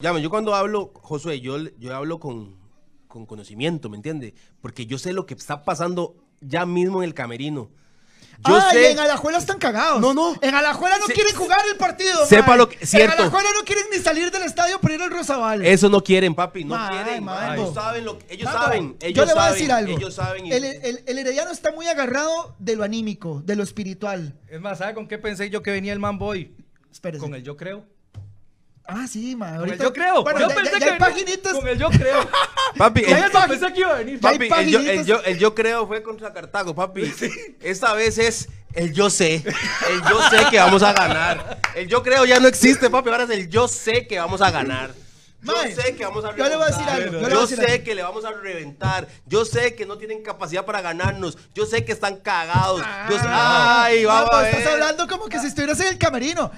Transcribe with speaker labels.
Speaker 1: Llama, yo cuando hablo, Josué, yo, yo hablo con, con conocimiento, ¿me entiende? Porque yo sé lo que está pasando ya mismo en el camerino. Yo
Speaker 2: ah,
Speaker 1: sé-
Speaker 2: y en Alajuela están cagados.
Speaker 1: No, no.
Speaker 2: En Alajuela no
Speaker 1: Se-
Speaker 2: quieren jugar el partido.
Speaker 1: Sepa
Speaker 2: mae.
Speaker 1: lo que- cierto.
Speaker 2: En Alajuela no quieren ni salir del estadio para ir al Rosabal.
Speaker 1: Eso no quieren, papi, no
Speaker 2: Mae,
Speaker 1: quieren.
Speaker 2: mae,
Speaker 1: Ellos
Speaker 2: no.
Speaker 1: saben lo que ellos
Speaker 2: Mago,
Speaker 1: saben. Ellos
Speaker 2: yo le voy a
Speaker 1: saben,
Speaker 2: decir algo.
Speaker 1: Ellos saben. y-
Speaker 2: El, el- el Herediano está muy agarrado de lo anímico, de lo espiritual.
Speaker 3: Es más, ¿sabe con qué pensé yo que venía el man boy?
Speaker 2: Espérese.
Speaker 3: Con el yo creo.
Speaker 2: Ah, sí, ma.
Speaker 3: Con
Speaker 2: ahorita-
Speaker 3: el yo creo.
Speaker 2: Bueno,
Speaker 3: yo
Speaker 2: ya,
Speaker 3: pensé
Speaker 2: ya- ya
Speaker 3: que
Speaker 2: hay
Speaker 3: venía
Speaker 2: paginitas.
Speaker 3: Con el yo creo.
Speaker 1: papi,
Speaker 2: Ya
Speaker 1: el-
Speaker 2: hay pag-
Speaker 3: pensé que iba a venir.
Speaker 2: Ya hay
Speaker 1: papi, el yo, el
Speaker 2: paginitas.
Speaker 1: yo- el yo creo fue contra Cartago, papi. Esta vez es el yo sé. El yo sé que vamos a ganar. El yo creo ya no existe, papi. Ahora es el yo sé que vamos a ganar. Yo
Speaker 2: Mae,
Speaker 1: sé que vamos a reventar.
Speaker 2: yo le voy a decir algo, yo
Speaker 1: Yo,
Speaker 2: le voy a decir
Speaker 1: sé
Speaker 2: algo.
Speaker 1: que le vamos a reventar. Yo sé que no tienen capacidad para ganarnos. Yo sé que están cagados. Yo sé- Ay,
Speaker 2: Ah,
Speaker 1: vamos.
Speaker 2: ma,
Speaker 1: a
Speaker 2: estás
Speaker 1: ver.
Speaker 2: hablando como que si estuvieras en el camerino.